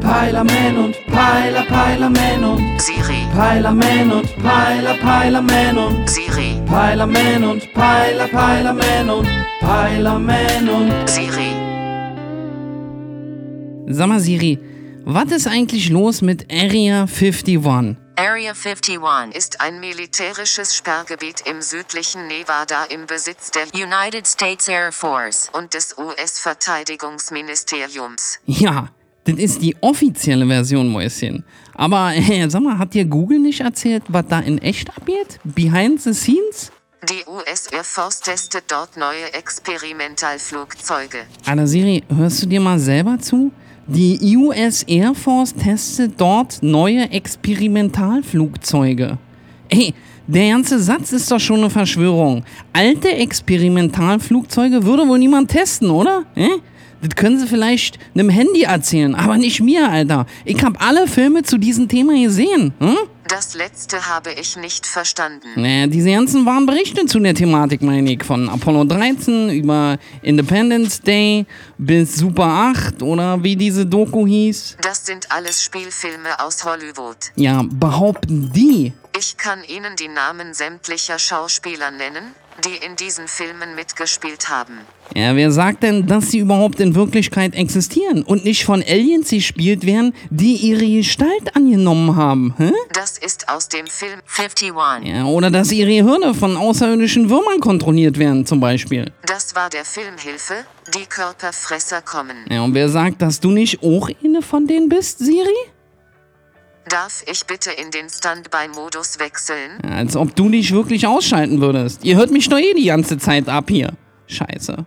Peilerman und Peiler, Peilerman und Siri, Peilerman und Peiler, Peilerman und Siri, Peilerman und Peiler, Peilerman und Peilerman und Siri. Sag mal, Siri, was ist eigentlich los mit Area 51? Area 51 ist ein militärisches Sperrgebiet im südlichen Nevada im Besitz der United States Air Force und des US-Verteidigungsministeriums. Ja, das ist die offizielle Version, Mäuschen. Aber äh, sag mal, hat dir Google nicht erzählt, was da in echt abgeht? Behind the scenes? Die US Air Force testet dort neue Experimentalflugzeuge. Alter Siri, hörst du dir mal selber zu? Die US Air Force testet dort neue Experimentalflugzeuge. Ey, der ganze Satz ist doch schon eine Verschwörung. Alte Experimentalflugzeuge würde wohl niemand testen, oder? Hä? Das können sie vielleicht einem Handy erzählen, aber nicht mir, Alter. Ich habe alle Filme zu diesem Thema gesehen. Hm? Das letzte habe ich nicht verstanden. Naja, Äh, diese ganzen waren Berichte zu der Thematik, meine ich. Von Apollo 13 über Independence Day bis Super 8 oder wie diese Doku hieß. Das sind alles Spielfilme aus Hollywood. Ja, behaupten die. Ich kann Ihnen die Namen sämtlicher Schauspieler nennen, die in diesen Filmen mitgespielt haben. Ja, wer sagt denn, dass sie überhaupt in Wirklichkeit existieren und nicht von Aliens gespielt werden, die ihre Gestalt angenommen haben? Hä? Das ist aus dem Film 51. Ja, oder dass ihre Gehirne von außerirdischen Würmern kontrolliert werden, zum Beispiel. Das war der Filmhilfe, die Körperfresser kommen. Ja, und wer sagt, dass du nicht auch eine von denen bist, Siri? Darf ich bitte in den Standby-Modus wechseln? Als ob du dich wirklich ausschalten würdest. Ihr hört mich doch eh die ganze Zeit ab hier. Scheiße.